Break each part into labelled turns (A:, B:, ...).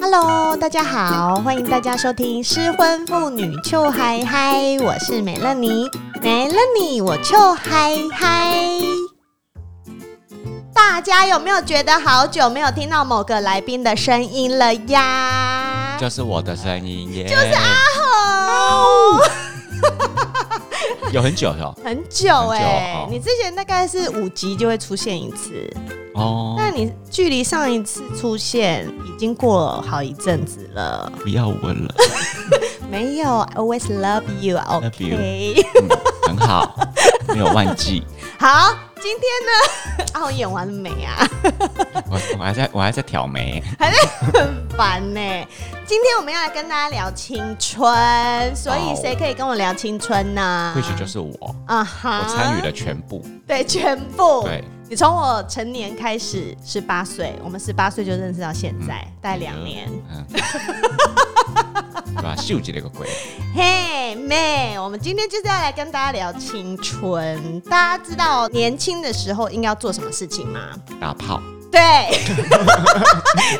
A: Hello，大家好，欢迎大家收听《失婚妇女糗嗨嗨》，我是美乐妮，美乐妮，我糗嗨嗨。大家有没有觉得好久没有听到某个来宾的声音了呀？
B: 就是我的声音耶，就是啊，
A: 哦，
B: 有很久了
A: 很久哎、
B: 很久哦
A: 你之前大概是五集就会出现一次，
B: 哦，
A: 那你距离上一次出现已经过了好一阵子了。
B: 不要问了，
A: 没有，I，always love you，OK、
B: Love you 嗯 很好，没有忘记，
A: 好，今天呢， 啊，我演完了没啊？
B: 我我还在我还在挑眉，
A: 很烦呢、今天我们要来跟大家聊青春，所以
B: 哦
A: 谁可以跟我聊青春呢？
B: 或许就是我，
A: 啊哦哈
B: 我参与了，全部，
A: 对，全部。
B: 对，
A: 你从我成年开始，十八岁，我们十八岁就认识到现在，大概两年。
B: 嗯， 对吧？秀级了个鬼，
A: 嘿、妹，我们今天就是要来跟大家聊青春。大家知道年轻的时候应该要做什么事情吗？
B: 打炮，
A: 对，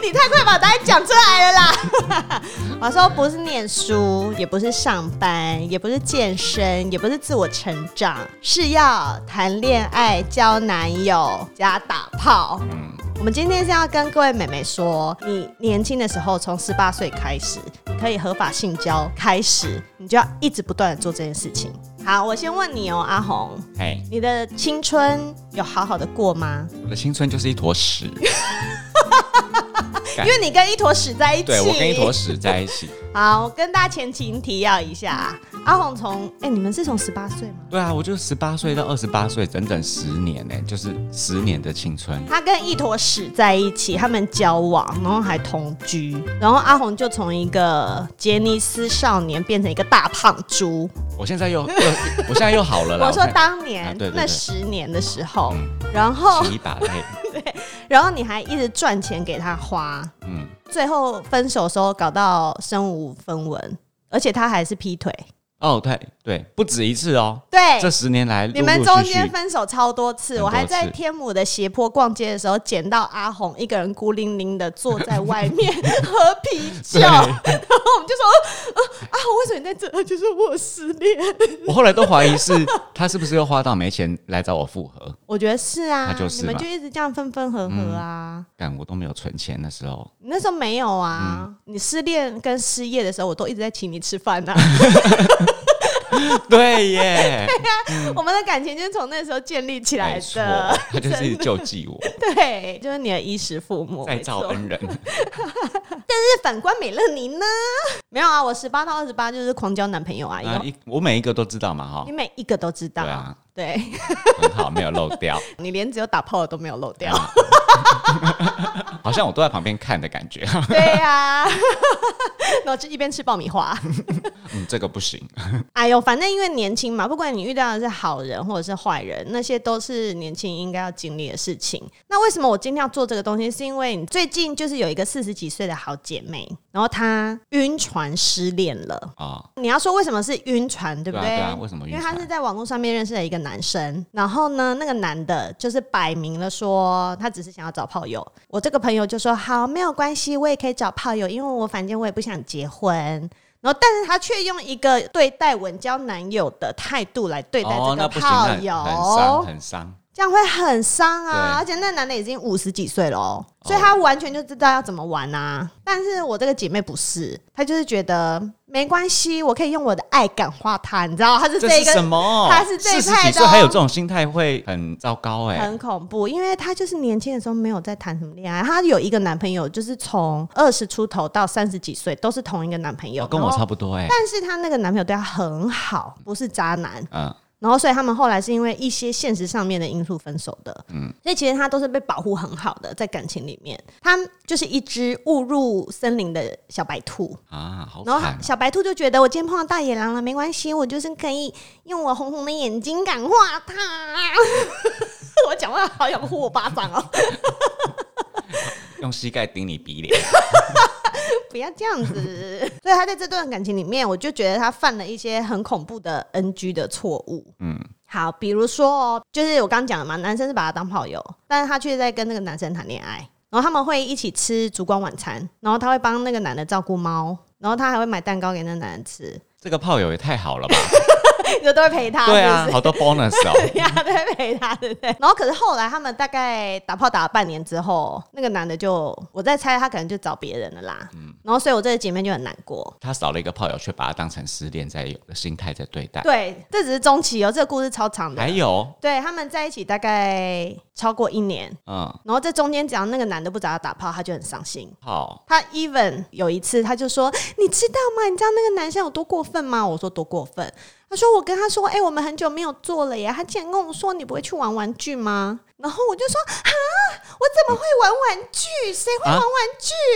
A: 你太快把答案讲出来了啦！ 我说不是念书，也不是上班，也不是健身，也不是自我成长，是要谈恋爱、交男友加打炮。
B: 嗯，
A: 我们今天是要跟各位美眉说，你年轻的时候，从十八岁开始，你可以合法性交开始，你就要一直不断的做这件事情。好，我先问你哦，阿红，
B: 哎，
A: 你的青春有好好的过吗？
B: 我的青春就是一 坨屎，
A: 因为你跟一坨屎在一起。
B: 对我跟一坨。屎在一起，
A: 好，我跟大家前情提要一下，阿红从哎、你们是从十八岁吗？
B: 对啊，我就十八岁到二十八岁，整整十年呢，就是十年的青春，
A: 他跟一坨屎在一起，他们交往，然后还同居，然后阿红就从一个杰尼斯少年变成一个大胖猪。
B: 我现在又又，我现在又好了啦，
A: 我说
B: 现在
A: 当年、
B: 啊对对对
A: 那十年的时候，
B: 嗯
A: 然后
B: 骑一把泪，
A: 然后你还一直赚钱给他花，
B: 嗯。
A: 最后分手的时候搞到身无分文，而且他还是劈腿。
B: 哦，对对，不止一次哦。
A: 对，
B: 这十年来，
A: 哎你们
B: 陆陆
A: 中
B: 续续
A: 间分手超多次，
B: 很
A: 我
B: 多
A: 还在
B: 次
A: 天母的斜坡逛街的时候，捡到阿红一个人孤零零的坐在外 面 喝啤酒，
B: 对
A: 然后我们就说：“呃、阿红为什么你在这？”他就说：“我失 恋。
B: 我后来都怀疑是他是不是又花到没钱来找我复合”，
A: 我觉得是啊，
B: 那就是
A: 你们
B: 嘛
A: 就一直这样分分合合啊。
B: 但我都没有存钱的时 候，
A: 你那时候没有啊，
B: 嗯
A: 你失恋跟失业的时候，我都一直在请你吃饭啊。
B: 对耶，
A: 我们的感情就是从那时候建立起来
B: 嗯没错
A: 的。，
B: 他就是一直救济我，
A: 对，就是你的衣食父母，
B: 再
A: 没
B: 造
A: 错
B: 恩 人。
A: 反观美乐妮呢？没有啊，我十八到二十八就是狂交男朋友啊，以
B: 啊，
A: 后
B: 一我每一个都知道嘛，哈
A: 你，每一个都知道。
B: 对啊
A: 对
B: 很好，没有漏 掉，
A: 你连只有打炮的都没有漏 掉。
B: 好像我都在旁边看的感觉。
A: 对呀、 然后就一边吃爆米花。
B: 嗯，这个不行，
A: 哎呦，反正因为年轻嘛，不管你遇到的是好人或者是坏人，那些都是年轻应该要经历的事情。那为什么我今天要做这个东西？是因为你最近就是有一个四十几岁的好姐妹，然后她晕船失恋了。
B: 啊，
A: 你要说为什么是晕船，对不
B: 对
A: 对？
B: 啊对啊为什么晕
A: 因为他
B: 船
A: 是在网络上面认识了一个男生，然后呢，那个男的就是摆明了说他只是想要找炮友。我这个朋友就说好，没有关系，我也可以找炮友，因为我反正我也不想结婚。然后，但是他却用一个对待稳交男友的态度来对待
B: 哦
A: 这，
B: 那
A: 个
B: 不行，那
A: 炮
B: 很
A: 友，
B: 很伤，很伤。
A: 这样会很伤啊！
B: 对
A: 而且那男的已经五十几岁了哦，所以他完全就知道要怎么玩啊。但是我这个姐妹不是，她就是觉得没关系，我可以用我的爱感化他，你知道，她是
B: 这
A: 这一
B: 是什
A: 个
B: 么？
A: 他是这一
B: 四十
A: 派
B: 几
A: 的
B: 岁
A: 哦
B: 还有这种心态会很糟糕哎。
A: 很恐怖，因为她就是年轻的时候没有在谈什么恋爱，她有一个男朋友，就是从二十出头到三十几岁都是同一个男朋友，
B: 哦跟我
A: 然后
B: 差不多哎。
A: 但是她那个男朋友对她很好，不是渣男，
B: 嗯，
A: 然后，所以他们后来是因为一些现实上面的因素分手的。嗯，所以其实他都是被保护很好的，在感情里面，他就是一只误入森林的小白兔。
B: 啊，好
A: 然后
B: 惨、哦！
A: 小白兔就觉得，我今天碰到大野狼了，没关系，我就是可以用我红红的眼睛感化它。我讲话好想呼我巴掌哦！
B: 用膝盖顶你鼻梁，
A: 不要这样子。 所以他在这段感情里面，我就觉得他犯了一些很恐怖的 NG 的错误。嗯
B: 嗯，
A: 好，比如说哦，就是我刚刚讲了嘛，男生是把他当炮友，但是他却在跟那个男生谈恋爱。然后他们会一起吃烛光晚餐，然后他会帮那个男的照顾猫，然后他还会买蛋糕给那个男的吃，
B: 这个炮友也太好了吧？
A: 就都会陪他，
B: 对啊
A: 是， 不
B: 好多 bonus
A: 是
B: 哦。
A: 对啊，都会陪他，对不对？然后可是后来他们大概打炮打了半年之后，那个男的就我在猜他可能就找别人了啦，
B: 嗯
A: 然后所以我这个姐妹就很难过。
B: 他少了一个炮友，却把他当成失恋在有的心态在对待。
A: 对，啊这只是中期哦，这个故事超长的
B: 还。有，
A: 对他们在一起大概超过一年，
B: 嗯，
A: 然后这中间只要那个男的不找他打炮，他就很伤心。
B: 炮
A: 他 even 有一次，他就说：“你知道吗？你知道那个男生有多过分吗？”我说：“多过分。”他说：“我跟他说，哎、我们很久没有做了耶。”他竟然跟我说：“你不会去玩玩具吗？”然后我就说：“啊，我怎么会玩玩具？谁会玩玩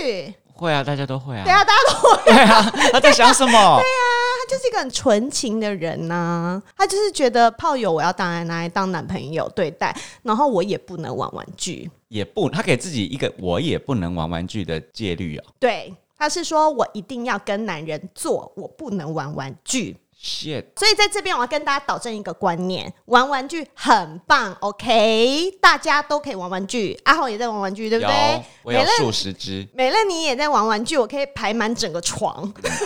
A: 具？”
B: 会啊，大家都会
A: 对
B: 啊。
A: 啊，大家都会。
B: 对啊，他在想什么？
A: 他就是一个很纯情的人呐、他就是觉得炮友我要当拿来当男朋友对待，然后我也不能玩玩具。
B: 也不，他给自己一个我也不能玩玩具的戒律哦。
A: 对，他是说我一定要跟男人做，我不能玩玩具。
B: shit，
A: 所以在这边我要跟大家导正一个观念：玩玩具很棒，OK，大家都可以玩玩具。阿豪也在玩玩具，对不对
B: 有？我
A: 美
B: 有
A: 乐，
B: 数十只，
A: 美乐你也在玩玩具，我可以排满整个床。
B: 嗯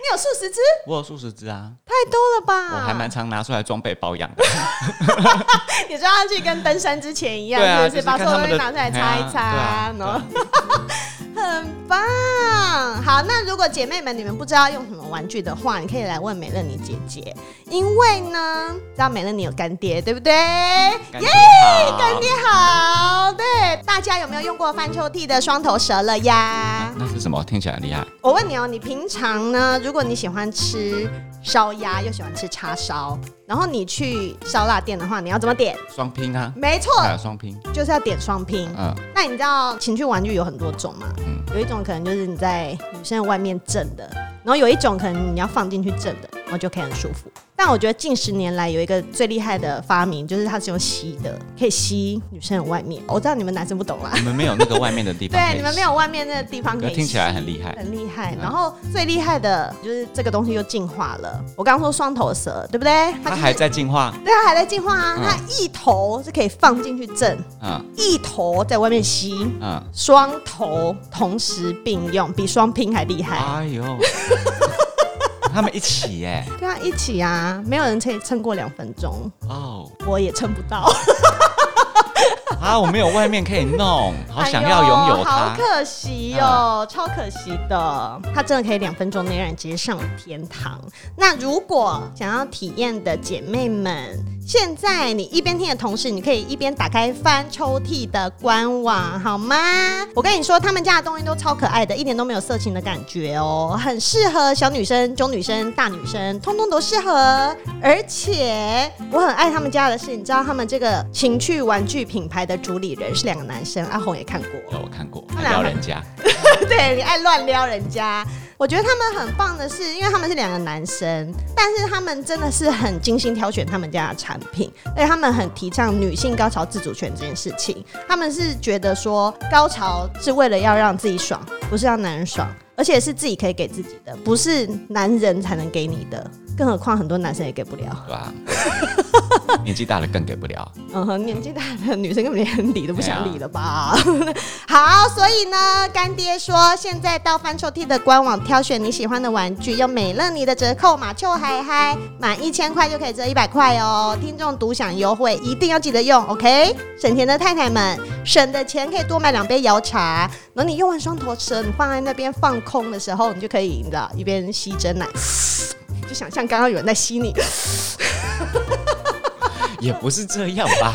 A: 你有数十只，
B: 我有数十 只啊，
A: 太多了
B: 我
A: 吧？
B: 还蛮常拿出来装备保养的。
A: 你说他去跟登山之前一样，
B: 对啊
A: 是不？
B: 就是是
A: 把
B: 看
A: 所有
B: 他
A: 东西
B: 们的
A: 拿出来擦一
B: 对
A: 擦
B: 啊，
A: 然后 很棒。好，那如果姐妹们你们不知道用什么玩具的话，你可以来问美乐妮姐姐，因为呢，知道美乐妮有干爹，对不对？
B: 干爹好
A: 干爹好，对，大家有没有用过翻抽屉的双头蛇了呀？
B: 那是什么？听起来很厉害。
A: 我问你哦，你平常呢？如果你喜欢吃烧鸭，又喜欢吃叉烧，然后你去烧腊店的话，你要怎么点？
B: 双拼啊，
A: 没错，
B: 还有双拼，
A: 就是要点双拼。
B: 嗯，
A: 那你知道情趣玩具有很多种嘛？
B: 嗯
A: 有一种可能就是你在女生的外面震的，然后有一种可能你要放进去震的，然后就可以很舒服。但我觉得近十年来有一个最厉害的发明，就是它是用吸的，可以吸女生的外面。我知道你们男生不懂 啦，
B: 你们没有那个外面的地方可以
A: 对，
B: 吃，
A: 你们没有外面那个地方可以
B: 可听起来
A: 吸
B: 很厉害
A: 很厉害。
B: 嗯
A: 然后最厉害的就是这个东西又进化了。我刚刚说双头蛇，对不对？它
B: 它
A: 就是
B: 还在进化，
A: 对它还在进化啊，
B: 嗯
A: 它一头是可以放进去震，
B: 嗯
A: 一头在外面吸。
B: 嗯，
A: 双头同时并用，比双拼还厉害。
B: 哎 呦，他们一起耶，
A: 对啊，一起啊，没有人可以撑过两分钟，
B: 哦，
A: 我也撑不到。
B: 啊，我没有外面可以 弄，好想要
A: 哎呦
B: 拥
A: 好
B: 有它，
A: 可惜哦，超可惜的。它真的可以两分钟内让你直接上天堂。那如果想要体验的姐妹们，现在你一边听的同时，你可以一边打开翻抽屉的官网，好吗？我跟你说，他们家的东西都超可爱的，一点都没有色情的感觉哦，很适合小女生、中女生、大女生，通通都适合。而且我很爱他们家的是，你知道他们这个情趣玩具品牌的主理人是两个男生，阿红也看过。
B: 有我看过，
A: 们
B: 还
A: 俩
B: 撩人家，
A: 对你爱乱撩人家。我觉得他们很棒的是，因为他们是两个男生，但是他们真的是很精心挑选他们家的产品，而且他们很提倡女性高潮自主权这件事情。他们是觉得说，高潮是为了要让自己爽，不是让男人爽，而且是自己可以给自己的，不是男人才能给你的。更何况很多男生也给不了，
B: 对吧？年纪大了更给不了，
A: 嗯哼，年纪大的女生根本连理都不想理了吧？ 好，所以呢，干爹说现在到翻抽屉的官网挑选你喜欢的玩具，用美乐妮的折扣码臭嗨嗨，满一千块就可以折一百块哦，听众独享优惠，一定要记得用，OK？省钱的太太们，省的钱可以多买两杯摇茶，然后你用完双头蛇，你放在那边放空的时候，你就可以你知道一边吸真奶，就想象刚刚有人在吸你。
B: 也不是这样吧？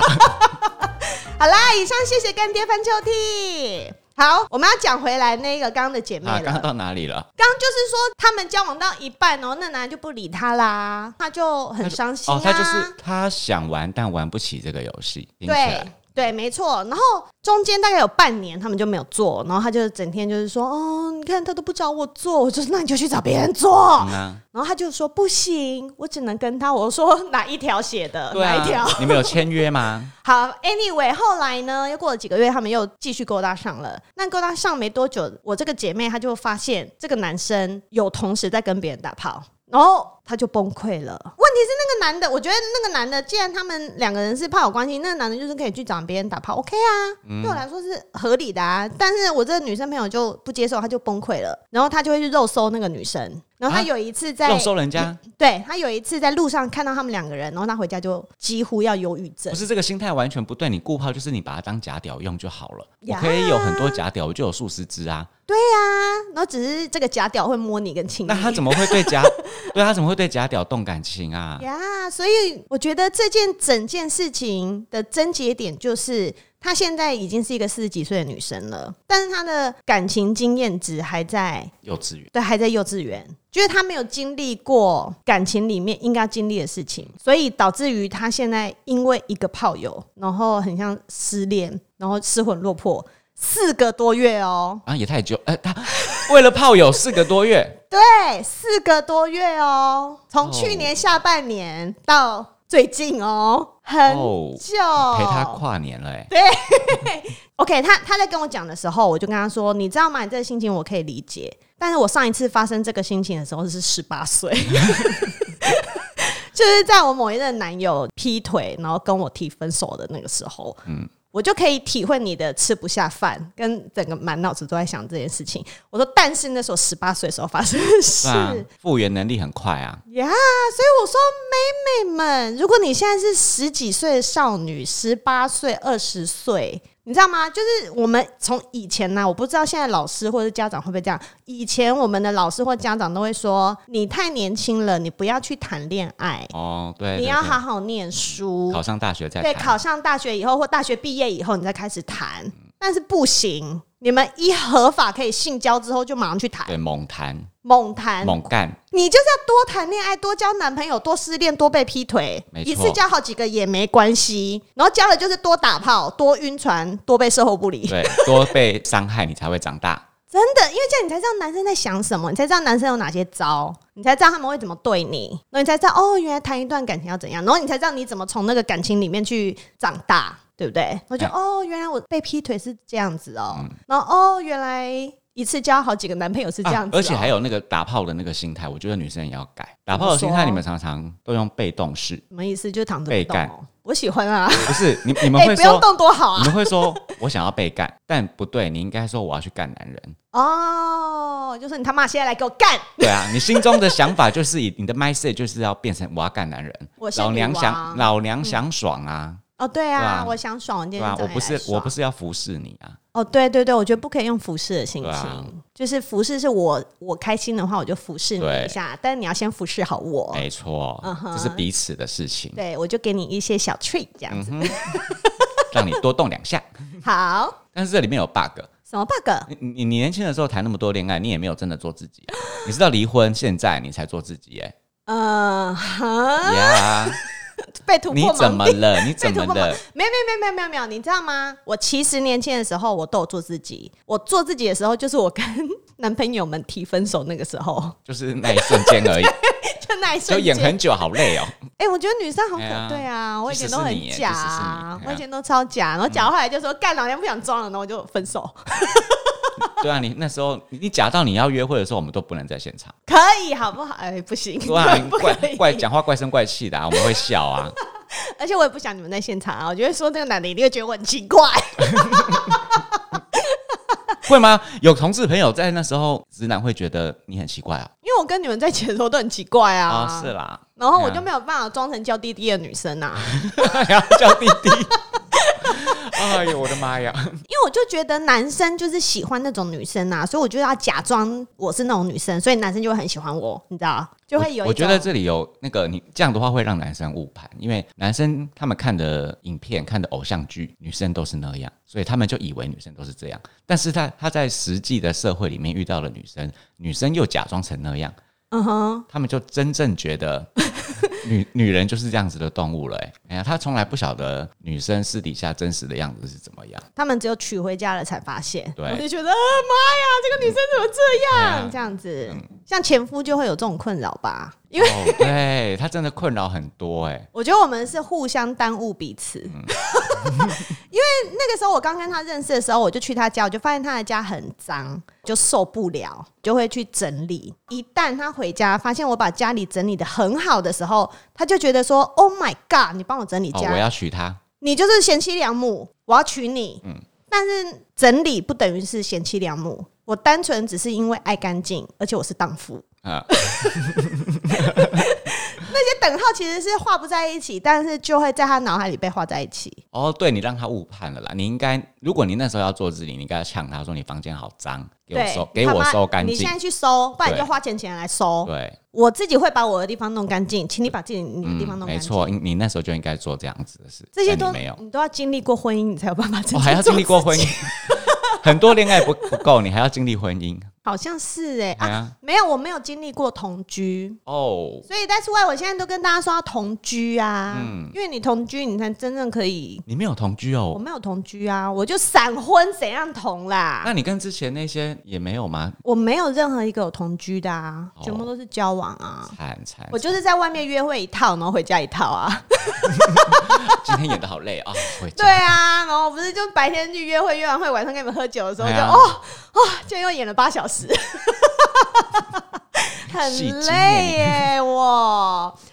A: 好啦，以上谢谢干爹翻抽屉。好，我们要讲回来 那个刚刚的姐妹
B: 啊，
A: 了。
B: 刚刚
A: 刚
B: 到哪里了？
A: 刚就是说，他们交往到一半哦，那男的就不理她啦，她就很伤心啊。
B: 哦，他就是他想玩，但玩不起这个游戏，听起
A: 对
B: 来。
A: 对，没错。然后中间大概有半年，他们就没有做，然后他就整天就是说，哦，你看他都不找我做，我就说那你就去找别人做。
B: 嗯啊，
A: 然后他就说不行，我只能跟他。我说 哪一条写的？
B: 对
A: 哪一条
B: 啊？，你们有签约吗？
A: 好，anyway，后来呢，又过了几个月，他们又继续勾搭上了。那勾搭上没多久，我这个姐妹她就发现这个男生有同时在跟别人打炮，然后他就崩溃了。问题是那个男的，我觉得那个男的，既然他们两个人是炮友关系，那个男的就是可以去找别人打炮，OK 啊，
B: 嗯
A: 对我来说是合理的啊。但是我这个女生朋友就不接受，她就崩溃了，然后她就会去肉搜那个女生。然后她
B: 啊
A: 有一次在、
B: 肉收人家，
A: 对她有一次在路上看到他们两个人，然后她回家就几乎要忧郁症
B: 不。是这个心态完全不对。你顾炮就是你把它当假屌用就好了。我
A: 呀
B: 可以有很多假屌，我就有数十 只啊。
A: 然后只是这个假屌会摸你跟亲你。
B: 那他怎么会对假？ 对他怎么会对假屌动感情啊？
A: 呀所以我觉得这件整件事情的症结点就是，她现在已经是一个四十几岁的女生了，但是她的感情经验值还在，
B: 幼稚园。
A: 对，还在幼稚园，就是她没有经历过感情里面应该经历的事情，所以导致于她现在因为一个炮友，然后很像失恋，然后失魂落魄。四个多月哦，
B: 啊，也太久， 哎、他为了炮友四个多月，
A: 对，四个多月哦，从去年下半年到最近哦，很
B: 哦
A: 久。
B: 陪他跨年了、哎，
A: OK，他他在跟我讲的时候，我就跟他说：“你知道吗？你这个心情我可以理解，但是我上一次发生这个心情的时候是十八岁， 就是在我某一任男友劈腿，然后跟我提分手的那个时候，嗯，我就可以体会你的吃不下饭，跟整个满脑子都在想这件事情。我说，但是那时候十八岁的时候发生的事
B: 是啊，复原能力很快啊。
A: 呀所以我说，妹妹们，如果你现在是十几岁的少女，十八岁、二十岁，你知道吗？就是我们从以前呢、我不知道现在老师或者家长会不会这样。以前我们的老师或家长都会说，你太年轻了，你不要去谈恋爱，
B: 哦，对，
A: 你
B: 对
A: 要
B: 对
A: 好好念书，
B: 考上大学再
A: 对，
B: 谈
A: 考上大学以后或大学毕业以后，你再开始谈。但是不行，你们一合法可以性交之后，就马上去谈，
B: 对 猛谈
A: 猛谈，
B: 猛干，
A: 你就是要多谈恋爱，多交男朋友，多失恋，多被劈腿，
B: 没错
A: 一次交好几个也没关系。然后交了就是多打炮，多晕船，多被售后不理。
B: 对，多被伤害你才会长大。
A: 真的，因为这样你才知道男生在想什么，你才知道男生有哪些招，你才知道他们会怎么对你，然后你才知道哦，原来谈一段感情要怎样，然后你才知道你怎么从那个感情里面去长大，对不对？我就、
B: 哎
A: 哦，原来我被劈腿是这样子哦，
B: 嗯
A: 然后哦，原来一次交好几个男朋友 是这样
B: 啊
A: 子、哦
B: 而且还有那个打炮的那个心态，我觉得女生也要改。打炮的心态，你们常常都用被动式，
A: 什么意思？就是躺着
B: 被
A: 不动、
B: 干
A: 哦，我喜欢啊。
B: 不是你你 们
A: 哎、
B: 会
A: 不用
B: 说，
A: 动多好啊
B: 你！们会说我想要被干，但不对，你应该说我要去干男人。
A: 哦，就是你他妈现在来给我干！
B: 对啊，你心中的想法就是以你的 mindset 就是要变成我要干男人，
A: 我是
B: 老娘
A: 女
B: 想
A: 王嗯
B: 老娘想爽啊，
A: 哦，对
B: 对
A: 啊，
B: 啊
A: 我想爽，我今
B: 对
A: 天
B: 吧、
A: 就找
B: 我
A: 你
B: 不
A: 来
B: 是
A: 爽
B: 我不是要服侍你啊，
A: 哦，对对对，我觉得不可以用服侍的心情，
B: 对啊
A: 就是服侍是我我开心的话，我就服侍你
B: 对
A: 一下，但你要先服侍好我。
B: 没错
A: 嗯哼
B: 这是彼此的事情，
A: 对，我就给你一些小 treat 这样
B: 嗯
A: 子。
B: 哼，让你多动两下。
A: 好，
B: 但是这里面有 bug，
A: 什么 bug？
B: 你你你年轻的时候谈那么多恋爱，你也没有真的做自己啊、你是到离婚现在你才做自己耶、
A: 嗯，哈，
B: 呀、
A: 被啊突破
B: 你
A: 盲
B: 怎么
A: 点
B: 了？你怎
A: 被突
B: 么
A: 破盲
B: 了？
A: 没有没有没有没有没有没有，你知道吗？我其实年轻的时候，我都有做自己。我做自己的时候，就是我跟男朋友们提分手那个时候，
B: 就是那一瞬间而已，
A: 就那一瞬
B: 就
A: 间。
B: 演很久，好累哦。
A: 哎、我觉得女生好可
B: 哎呀
A: 对啊，我以前
B: 其实
A: 都
B: 是
A: 很
B: 你耶
A: 假
B: 其实是
A: 啊
B: 你哎，呀嗯
A: 我以前都超假，然后假到后来就说干老娘不想装了，然后我就分手。
B: 对啊，你那时候你你假到你要约会的时候，我们都不能在 现场。
A: 可以好不好？哎、不行，
B: 对啊，你
A: 不
B: 怪
A: 可以。
B: 怪讲话怪声怪气的、啊，我们会笑啊。
A: 而且我也不想你们在现场啊，我觉得说那个男的一定会觉得我很奇怪。
B: 会吗？有同志朋友在那时候，直男会觉得你很奇怪啊。
A: 因为我跟你们在一起的时候都很奇怪啊，
B: 啊，是 啦，
A: 然后我
B: 哎呀
A: 就没有办法装成娇滴滴的女生啊，
B: 然后叫弟 弟。哎呦，我的妈呀！
A: 因为我就觉得男生就是喜欢那种女生啊，所以我就要假装我是那种女生，所以男生就会很喜欢我，你知道，就会有
B: 我
A: 一
B: 我觉
A: 种
B: 得这里有那个你这样的话会让男生误判，因为男生他们看的影片、看的偶像剧，女生都是那样，所以他们就以为女生都是这样。但是他他在实际的社会里面遇到了女生，女生又假装成那样，
A: 嗯哼。
B: 他们就真正觉得女女人就是这样子的动物了、欸。哎呀，他从来不晓得女生私底下真实的样子是怎么样。
A: 他们只有娶回家了才发现，
B: 对
A: 我就觉得，啊妈呀，这个女生怎么这
B: 哎
A: 样？
B: 呀
A: 这样子，像前夫就会有这种困扰吧？因为
B: 哦，对他真的困扰很多哎、
A: 我觉得我们是互相耽误彼此。 因为那个时候我刚跟他认识的时候，我就去他家，我就发现他的家很脏，就受不了，就会去整理。一旦他回家发现我把家里整理的很好的时候，他就觉得说：“Oh my god，你帮我整理
B: 哦，
A: 家，
B: 我要娶她，
A: 你就是贤妻良母，我要娶你。”
B: 嗯
A: 但是整理不等于是贤妻良母，我单纯只是因为爱干净，而且我是荡妇。
B: 嗯，
A: 这些等号其实是画不在一起，但是就会在他脑海里被画在一起。
B: 哦，对你让他误判了啦。你应该，如果你那时候要做治理，你应该呛他说你房间好脏，给我
A: 对，
B: 收，给我
A: 他妈
B: 收干
A: 你现
B: 净
A: 在。去收，不然你就
B: 对
A: 花钱钱来收。
B: 对，
A: 我自己会把我的地方弄干净，请你把自己你的地方
B: 嗯，
A: 弄
B: 没
A: 干净。
B: 错，你你那时候就应该做这样子的事，
A: 这些
B: 但
A: 都
B: 你没有，
A: 你都要经历过婚姻，你才有办法真
B: 我、
A: 正
B: 还要
A: 做
B: 经历过婚姻， 很多恋爱不不够，你还要经历婚姻。
A: 好像是哎、啊，
B: 哎呀，
A: 没有，我没有经历过同居。
B: 哦，
A: 所以在出外，我现在都跟大家说要同居啊，
B: 嗯
A: 因为你同居，你才真正可以。
B: 你没有同居
A: 我
B: 哦？
A: 没有同居啊，我就闪婚，怎样同啦？
B: 那你跟之前那些也没有吗？
A: 我没有任何一个有同居的啊，
B: 哦
A: 全部都是交往啊。
B: 惨惨，
A: 我就是在外面约会一套，然后回家一套啊。
B: 今天演的好累啊，回家
A: 对啊，然后不是就白天去约会，约完会晚上跟你们喝酒的时候就、
B: 哎呀
A: 哦哦，就又演了八小时，
B: 戏
A: 很
B: 精
A: 累
B: 耶
A: 耶我。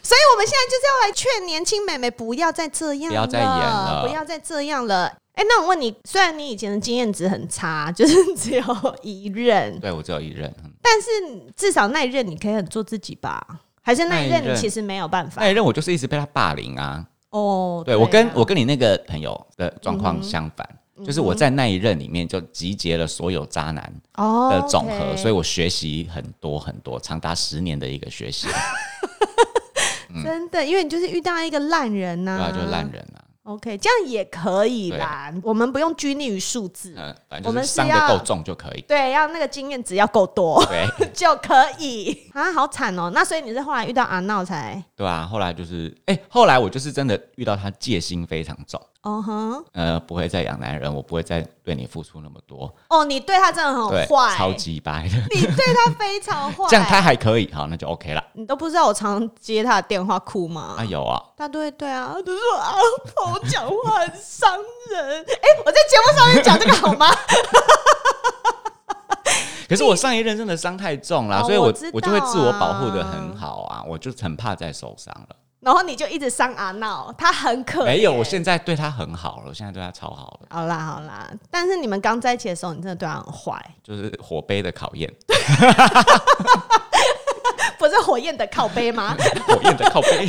A: 所以我们现在就是要来劝年轻美眉不要再这样
B: 不要再演了
A: 不要再这样了。哎、那我问你，虽然你以前的经验值很差，就是只有一任，
B: 对我只有一任，嗯
A: 但是至少那一任你可以很做自己吧？还是那一任
B: 那一
A: 你
B: 任
A: 其实没有办法？
B: 那一任我就是一直被他霸凌啊。
A: 哦，
B: 对
A: 啊嗯
B: 我跟我跟你那个朋友的状况相反，就是我在那一任里面就集结了所有渣男
A: 哦
B: 的总和，
A: OK
B: 所以我学习很多很多，长达十年的一个学习，
A: 啊真的，因为你就是遇到一个烂人
B: 嗯对
A: 呐、
B: 吧、就烂。人啊，
A: OK，这样也可以啦，我们不用拘泥于数字，
B: 嗯，反
A: 我
B: 正就
A: 们
B: 是
A: 是
B: 伤
A: 要
B: 的够重就可以。
A: 对，要那个经验值要够多
B: 对
A: 就可以啊，好惨哦。那所以你是后来遇到阿闹才，
B: 对啊，后来就是，哎、后来我就是真的遇到他戒心非常重，
A: 哦哼，
B: 呃，不会再养男人，我不会再对你付出那么多，
A: 哦，你对他真的很
B: 对，
A: 坏，
B: 超级白的，
A: 你对他非常坏，
B: 这样他还可以，好，那就 OK 了。
A: 你都不知道我常常接他的电话哭吗？
B: 啊，有啊，
A: 他都会对啊，他就说啊，我讲话很伤人。哎、我在节目上面讲这个好吗？
B: 可是我上一任真的伤太重啦，
A: 哎哦
B: 所以我
A: 我知道啊
B: 我就会自我保护的很好啊，我就很怕再受伤了。
A: 然后你就一直伤阿闹，他很可怜
B: 没有，我现在对他很好了，我现在对他超好了，
A: 好啦好啦，但是你们刚在一起的时候，你真的对他很坏，
B: 就是火杯的考验，
A: 不是火焰的靠背吗？
B: 火焰的靠背，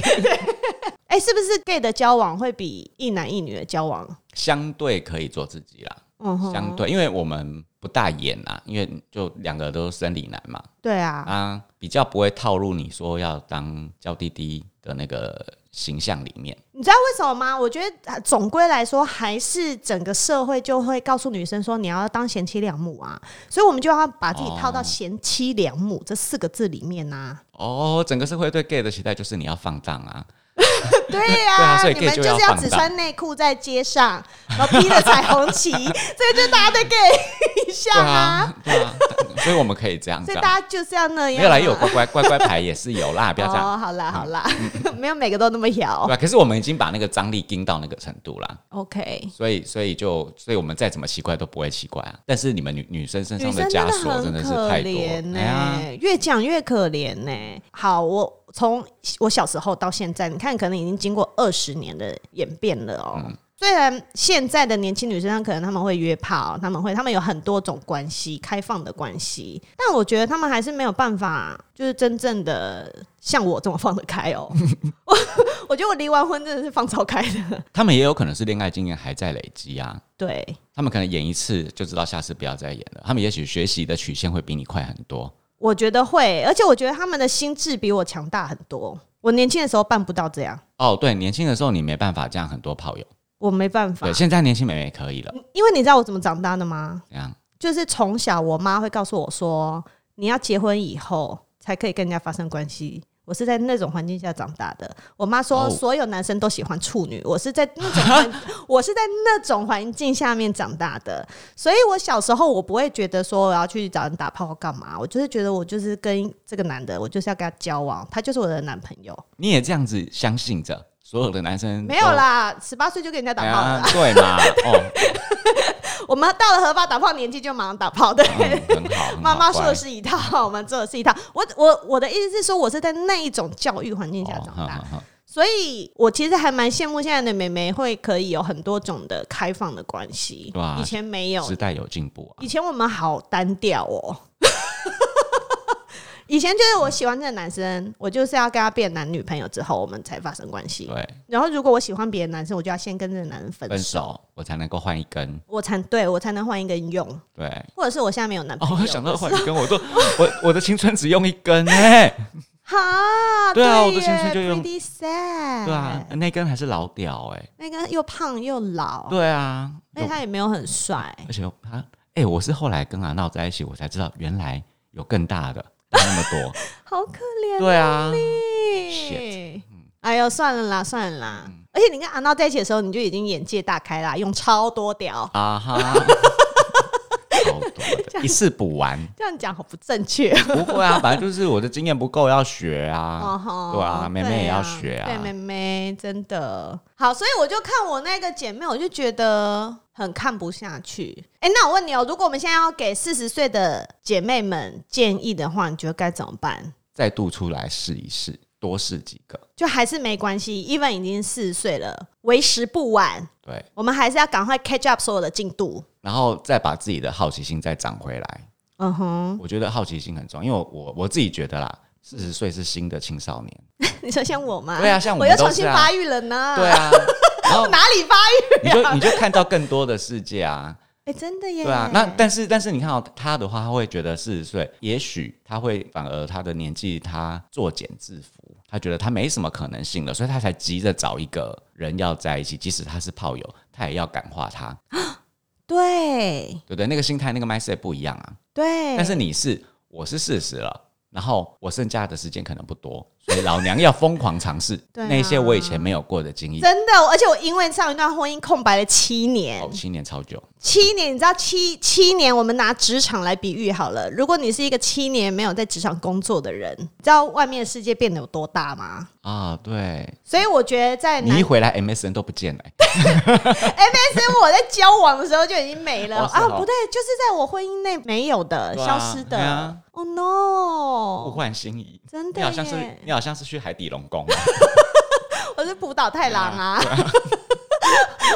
A: 哎、是不是 gay 的交往会比一男一女的交往？
B: 相对可以做自己啦，
A: 嗯哼，
B: 相对，因为我们不大演啦，因为就两个都是生理男嘛，
A: 对啊，
B: 啊，比较不会套路你说要当娇滴滴的那个形象里面。
A: 你知道为什么吗？我觉得啊总归来说，还是整个社会就会告诉女生说你要当贤妻良母啊，所以我们就要把自己套到“贤妻良母”这四个字里面啊呐、
B: 哦，整个社会对 gay 的期待就是你要放荡啊，
A: 对呀、
B: 对啊所以
A: 你
B: gay
A: 们就
B: 就要
A: 是要
B: 放
A: 只
B: 荡
A: 穿内裤在街上，然后披着彩虹旗， 这就是大家的 gay 形象啊。
B: 对啊，对啊，所以我们可以这样
A: 所
B: 子
A: 以
B: 啊。
A: 大家就是要那样、啊，
B: 没有啦，也有乖乖乖乖牌也是有啦，不要这样，嗯
A: 哦，好啦好啦， 没有每个都那么
B: 对啊
A: 摇。
B: 吧？可是我们已经把那个张力盯到那个程度啦，
A: OK，
B: 所以所以就所以我们再怎么奇怪都不会奇怪啊。但是你们女女生身
A: 女
B: 上
A: 生
B: 枷锁真
A: 很
B: 的是
A: 可
B: 太
A: 怜欸
B: 多，
A: 呢、
B: 哎呀，
A: 越讲越可怜呢、好，我从我小时候到现在，你看，可能已经经过二十年的演变了哦、
B: 嗯
A: 虽然现在的年轻女生，她可能她们会约炮，她们会，她们有很多种关系，开放的关系，但我觉得她们还是没有办法，就是真正的像我这么放得开哦、 我我觉得我离完婚真的是放超开的，
B: 他们也有可能是恋爱经验还在累积啊。
A: 对。
B: 他们可能演一次就知道下次不要再演了。他们也许学习的曲线会比你快很多。
A: 我觉得会，而且我觉得他们的心智比我强大很多。我年轻的时候办不到这样，
B: 哦，对，年轻的时候你没办法这样很多炮友，
A: 我没办法
B: 对，。现在年轻妹妹可以了，
A: 因为你知道我怎么长大的吗？
B: 这样
A: 就是从小我妈会告诉我说，你要结婚以后才可以跟人家发生关系。我是在那种环境下长大的。我妈说
B: 哦
A: 所有男生都喜欢处女，我是在那种环， 我是在那种环境下面长大的。所以我小时候我不会觉得说我要去找人打炮或干嘛，我就是觉得我就是跟这个男的，我就是要跟他交往，他就是我的男朋友。
B: 你也这样子相信着所有的男生
A: 没有
B: 都。
A: 啦，十八岁就给人家打
B: 哎
A: 炮了
B: 呀
A: 啦，，
B: 对嘛，哦，
A: 我们到了合法打炮年纪就马上打炮，对。
B: 嗯很好，很好
A: 妈妈说
B: 乖
A: 的是一套，我们做的是一套。我我我的意思是说，我是在那一种教育环境下长
B: 哦
A: 大，
B: 哼哼哼
A: 所以我其实还蛮羡慕现在的妹妹会可以有很多种的开放的关系
B: 对啊，
A: 以前没有
B: 时，代有进步啊，
A: 以前我们好单调哦。 以前就是我喜欢这个男生，我就是要跟他变男女朋友之后，我们才发生关系。
B: 对，
A: 然后如果我喜欢别的男生，我就要先跟这个男人分
B: 分
A: 手，
B: 手我才能够换一根，
A: 我才对我才能换一个人用，
B: 对，
A: 或者是我现在没有男朋
B: 哦，
A: 友。
B: 我想到换一根，我都我我的青春只用一根哎，
A: 哈，
B: 对啊
A: 耶
B: 我的青春就用
A: pretty sad，
B: 对啊，，那根还是老屌哎，
A: 那个又胖又老，
B: 对啊，
A: 而哦且他也没有很帅，
B: 而且他哎，我是后来跟阿闹在一起，我才知道原来有更大的，没那么 多，
A: 好可怜哦
B: 对啊，
A: 你。哎呦，算了啦，算了啦。
B: 嗯
A: 而且你跟阿闹在一起的时候，你就已经眼界大开啦，用超多屌，
B: 啊哈， 好多的，一次补完，
A: 这样讲好不正确。
B: 不会啊，反正就是我的经验不够，要学啊，
A: 吼
B: 对啊妹妹也要学啊
A: 哦对妹妹真的好，所以我就看我那个姐妹，我就觉得很看不下去。哎、那我问你哦，如果我们现在要给四十岁的姐妹们建议的话，你觉得该怎么办？
B: 再度出来试一试，多试几个，
A: 就还是没关系，even 已经四十岁了，为时不晚，
B: 对，
A: 我们还是要赶快 catch up 所有的进度。
B: 然后再把自己的好奇心再长回来。
A: 嗯哼，
B: 我觉得好奇心很重要，因为我我我自己觉得啦，四十岁是新的青少年，
A: 你说像我吗？
B: 对啊像我
A: 我
B: 们
A: 又
B: 都
A: 重
B: 是
A: 新
B: 啊
A: 发育了呢。
B: 对， 啊，然后
A: 哪里发育？
B: 你就你就看到更多的世界啊，
A: 哎、真的耶。
B: 对啊。那但是但是你看哦，他的话，他会觉得四十岁，也许他会反而他的年纪他作茧自缚，他觉得他没什么可能性了，所以他才急着找一个人要在一起，即使他是炮友，他也要感化他，
A: 对
B: 对不对？那个心态那个 mindset 不一样啊。
A: 对，
B: 但是你是我是四十了，然后我剩下的时间可能不多，所以老娘要疯狂尝试
A: 对啊
B: 那些我以前没有过的经验。
A: 真的，而且我因为上一段婚姻空白了七年，
B: 哦，七年超久，
A: 七年，你知道七七年，我们拿职场来比喻好了。如果你是一个七年没有在职场工作的人，你知道外面的世界变得有多大吗？
B: 啊，对
A: 所以我觉得在哎
B: 你
A: 男
B: 一回来 MSN 都不见了、欸
A: MSN 我在交往的时候就已经没了
B: 哦是哦
A: 啊，不对，就是在我婚姻内没有的，
B: 对啊
A: 消失
B: 对
A: 的
B: 啊。
A: Oh
B: 物
A: no！
B: 换星移。
A: 真的
B: 你好像是
A: 耶，
B: 你好像是去海底龙 宫，
A: 我是浦岛太郎啊。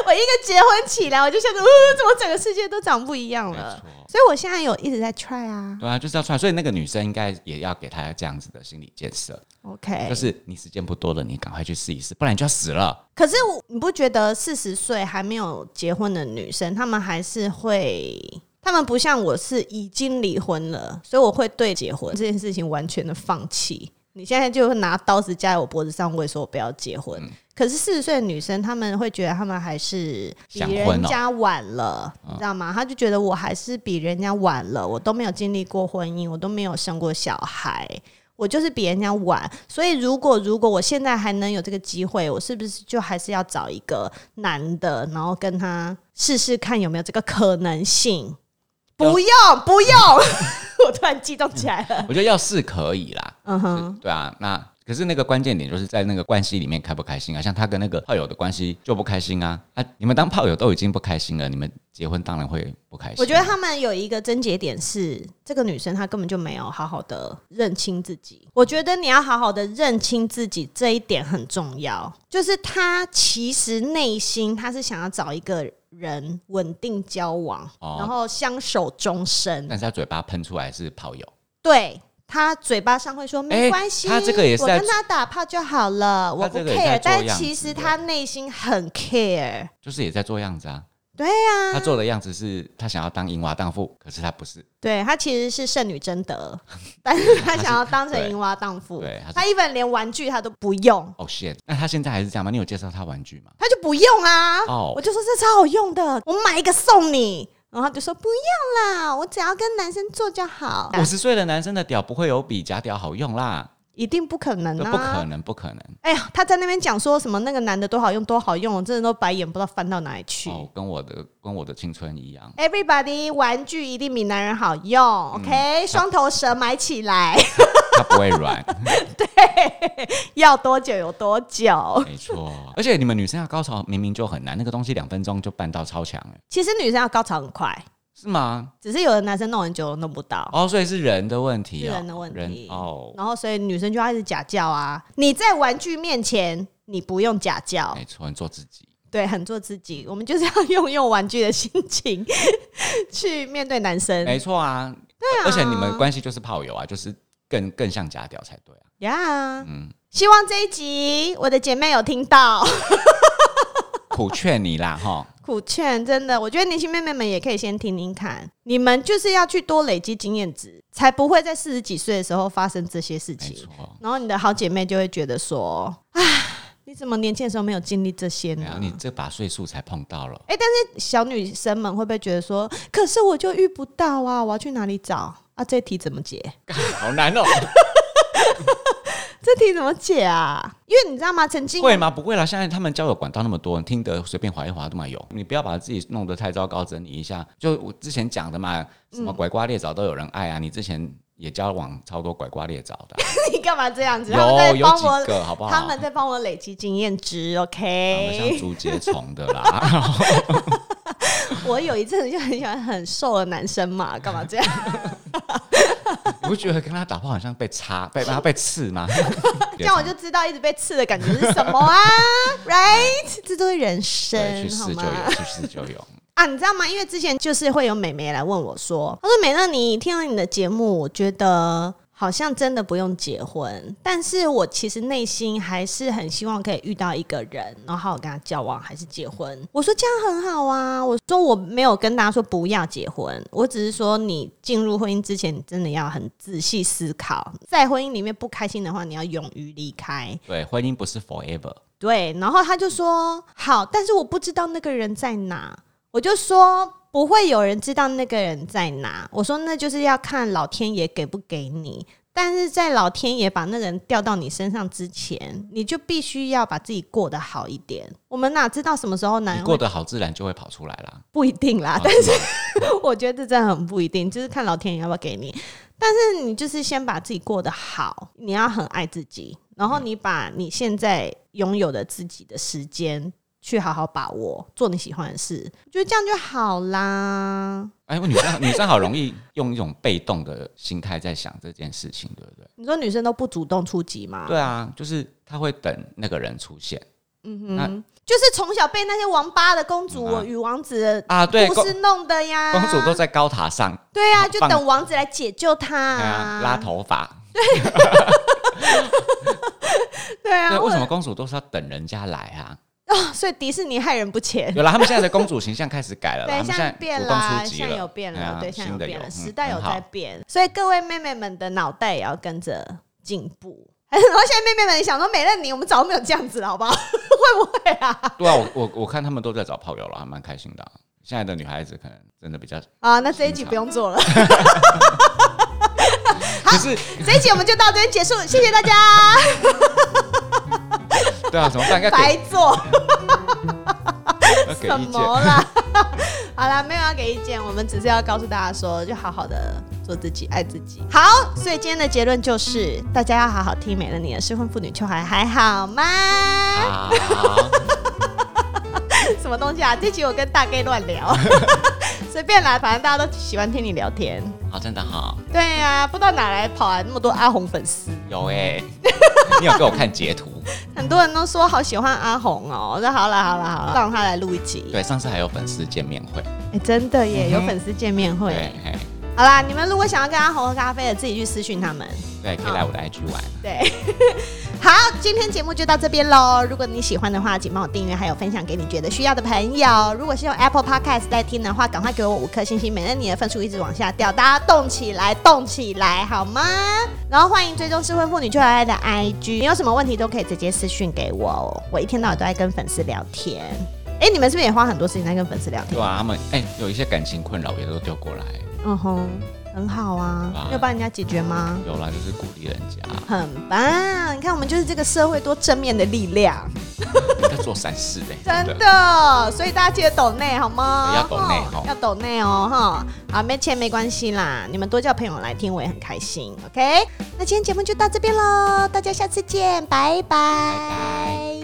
A: 我一个结婚起来，我就想着，呃，怎么整个世界都长不一样
B: 没
A: 了？
B: 错，
A: 所以我现在有一直在 try 啊。
B: 对啊，就是要穿，所以那个女生应该也要给她这样子的心理建设，
A: OK，
B: 就是你时间不多了，你赶快去试一试，不然你就要 死了。
A: 可是我你不觉得四十岁还没有结婚的女生，她们还是会，她们不像我是已经离婚了，所以我会对结婚这件事情完全的放弃。你现在就会拿刀子架在我脖子上，我也说我不要结婚。可是四十岁的女生，她们会觉得她们还是比
B: 想
A: 人
B: 婚哦
A: 家晚了，你知道吗？她就觉得我还是比人家晚了，我都没有经历过婚姻，我都没有生过小孩，我就是比人家晚，所以如果如果我现在还能有这个机会，我是不是就还是要找一个男的，然后跟他试试看有没有这个可能性？不用，不用， 我突然激动起来了。
B: 我觉得要试可以啦，
A: 嗯哼，
B: 对啊，那可是那个关键点就是在那个关系里面开不开心啊，像他跟那个炮友的关系就不开心啊啊！你们当炮友都已经不开心了，你们结婚当然会不开心。
A: 我觉得他们有一个症结点是，这个女生她根本就没有好好的认清自己。我觉得你要好好的认清自己这一点很重要，就是她其实内心她是想要找一个人稳定交往，
B: 哦
A: 然后相守终身。
B: 但是他嘴巴喷出来是炮友，
A: 对他嘴巴上会说没关系，
B: 他这个也是
A: 我
B: 在
A: 跟他打炮就好了，我不
B: 这个也在
A: care。
B: 做
A: 但
B: 样
A: 其
B: 子
A: 实
B: 的
A: 他内心很 care，
B: 就是也在做样子啊。
A: 对
B: 呀、他做的样子是他想要当淫娃荡妇，可是他不是，
A: 对他其实是剩女贞 德，但是他想要当成
B: 对
A: 淫娃荡妇
B: 对他，是
A: 他一本连玩具他都不用，
B: 哦、shit！那他现在还是这样吗？你有介绍他玩具吗？
A: 他就不用啊。
B: 哦
A: 我就说这超好用的，我买一个送你，然后他就说不要啦，我只要跟男生做就好。
B: 五十岁的男生的屌不会有比假屌好用啦，
A: 一定不可能
B: 这
A: 啊，
B: 不可能，不可能。
A: 哎呀，他在那边讲说什么那个男的多好用多好用，我真的都白眼不知道翻到哪里去。
B: 哦，跟我的跟我的青春一样。
A: Everybody，玩具一定比男人好用、o
B: 嗯
A: k 双头蛇买起来，
B: 它不会软，
A: 要多久有多久。
B: 没错。 而且你们女生要高潮明明就很难，那个东西两分钟就办到超强了，
A: 其实女生要高潮很快，
B: 是吗？
A: 只是有的男生弄很久都弄不到。
B: 哦，所以是人的问题、
A: 是
B: 哦，
A: 人的问题
B: 哦，
A: 然后，所以女生就要一直假叫啊！你在玩具面前，你不用假叫，
B: 没错，你做自己。
A: 对，很做自己。我们就是要用用玩具的心情 去面对男生。
B: 没错啊，对啊，而且你们关系就是炮友啊，就是更更像假屌才 对啊。
A: 呀、
B: 嗯，
A: 希望这一集我的姐妹有听到，
B: 苦劝你啦，哈，
A: 苦劝真的，我觉得年轻妹妹们也可以先听听看，你们就是要去多累积经验值，才不会在四十几岁的时候发生这些事情。
B: 没错。
A: 然后你的好姐妹就会觉得说：“啊，你怎么年轻的时候没有经历这些
B: 然
A: 呢
B: 后你这把岁数才碰到了？”，
A: 哎、但是小女生们会不会觉得说：“可是我就遇不到啊，我要去哪里找啊？这题怎么解？”
B: 好难哦、
A: 这题怎么解啊？因为你知道吗？曾经
B: 会吗？不会啦，现在他们交友管道那么多，你听得随便划一划都嘛有。你不要把自己弄得太糟糕，整理一下。就我之前讲的
A: 嗯
B: 嘛，什么拐瓜裂枣都有人爱啊，你之前也交往超多拐瓜裂枣 的啊、
A: 你干嘛这样子？他们
B: 有
A: 在
B: 有
A: 帮
B: 几
A: 我，
B: 个好不好？
A: 他们在帮我累积经验值。
B: 长得
A: OK，
B: 像竹节虫的啦，
A: 我有一阵子就很喜欢很瘦的男生嘛，干嘛 这样？
B: 你不觉得跟他打炮好像被插、被他被刺吗？
A: 这样我就知道一直被刺的感觉是什么啊 ，right？这都是人
B: 对
A: 生，
B: 去
A: 好
B: 试就
A: 吗？
B: 有，去试就有。
A: 啊，你知道吗？因为之前就是会有美眉来问我说，她说美乐，你听了你的节目，我觉得。好像真的不用结婚，但是我其实内心还是很希望可以遇到一个人，然后好好跟他交往，还是结婚。我说这样很好啊，我说我没有跟大家说不要结婚，我只是说你进入婚姻之前，你真的要很仔细思考，在婚姻里面不开心的话，你要勇于离开。
B: 对，婚姻不是 forever。
A: 对，然后他就说好，但是我不知道那个人在哪。我就说不会有人知道那个人在哪。我说那就是要看老天爷给不给你。但是在老天爷把那个人调到你身上之前，你就必须要把自己过得好一点。我们哪知道什么时候男
B: 你
A: 人
B: 过
A: 会
B: 得好，啊自然就会跑出来 啦。
A: 不一定啦，但
B: 是吗
A: 我觉得这真的很不一定，就是看老天爷要不要给你。但是你就是先把自己过得好，你要很爱自己，然后你把你现在拥有的自己的时间去好好把握，做你喜欢的事，我觉得这样就好啦。
B: 哎，我女生女生好容易用一种被动的心态在想这件事情，对不对？
A: 你说女生都不主动出击吗？
B: 对啊，就是她会等那个人出现
A: 嗯
B: 那
A: 哼，就是从小被那些王八的公主
B: 嗯啊
A: 与王子
B: 啊。 对，
A: 的
B: 公
A: 故事啊弄的呀，
B: 公主都在高塔上，
A: 对啊，就
B: 放
A: 等王子来解救她
B: 哎
A: 啊
B: 呀，拉头发。
A: 对啊，
B: 对，为
A: 或
B: 什
A: 者
B: 么公主都是要等人家来啊？
A: 哦，所以迪士尼害人不浅。
B: 有了，他们现在的公主形象开始改了啦，
A: 对，
B: 他们
A: 像
B: 现在
A: 变
B: 主动
A: 啦，
B: 出击
A: 像有变
B: 哎
A: 了，
B: 呀
A: 对，像
B: 新的
A: 变了，
B: 嗯
A: 时代有
B: 很好
A: 在变，所以各位妹妹们的脑袋也要跟着进步。 然后现在妹妹们想说，美乐你，我们早就没有这样子了，好不 好？会不会啊？
B: 对啊，我我我看他们都在找炮友了，还蛮开心的啊、现在的女孩子 可能真的比较，
A: 啊，那这一集不用做了，
B: 可是
A: 这一集我们就到这边结束，谢谢大 家，
B: 对啊，怎么办？要
A: 白
B: 给
A: 做
B: 要给
A: 什
B: 意见。
A: 么啦？ 好啦，没有要啊给意见，我们只是要告诉大家说，就好好的做自己，爱自己。好，所以今天的结论就是，大家要好好听美乐你的失婚妇女秋还还好吗？
B: 啊，
A: 什么东西啊？这集我跟大 gay 乱聊， 随便啦，反正大家都喜欢听你聊天。
B: 好，真的好，
A: 对呀、不知道哪来跑来那么多阿红粉丝，
B: 有 哎、你有给我看截图？
A: 很多人都说好喜欢阿红哦。那好啦好啦好啦，让他来录一集。
B: 对，上次还有粉丝见面会，
A: 哎、真的耶，
B: 嗯哼
A: 有粉丝见面会。
B: 对，嘿
A: 好啦，你们如果想要跟阿红喝咖啡的，自己去私讯他们。
B: 对，可以来我的 IG 玩。
A: 对， 好，今天节目就到这边喽。如果你喜欢的话，请帮我订阅，还有分享给你觉得需要的朋友。如果是用 Apple Podcast 在听的话，赶快给我五颗星星，免得你的分数一直往下掉。大家动起来，动起来，好吗？然后欢迎追踪失婚妇女就爱的 IG，你有什么问题都可以直接私讯给我哦。我一天到晚都在跟粉丝聊天。哎，你们是
B: 啊
A: 不是也花很多时间在跟粉丝聊天
B: 对？啊，他们哎、有一些感情困扰也都丢过来，
A: 嗯哼，很好啊
B: 哇，
A: 要帮人家解决吗？
B: 有啦，就是鼓励人 家。
A: 很棒，你看我们就是这个社会多正面的力量，
B: 你在做善事欸嘞、
A: 真。的。所以大家记得抖内好吗？
B: 要抖内
A: 哈
B: 哦
A: 要抖内哦哈。啊，没钱没关系啦，你们多叫朋友来听，我也很开心。OK，那今天节目就到这边喽，大家下次见，拜拜
B: 拜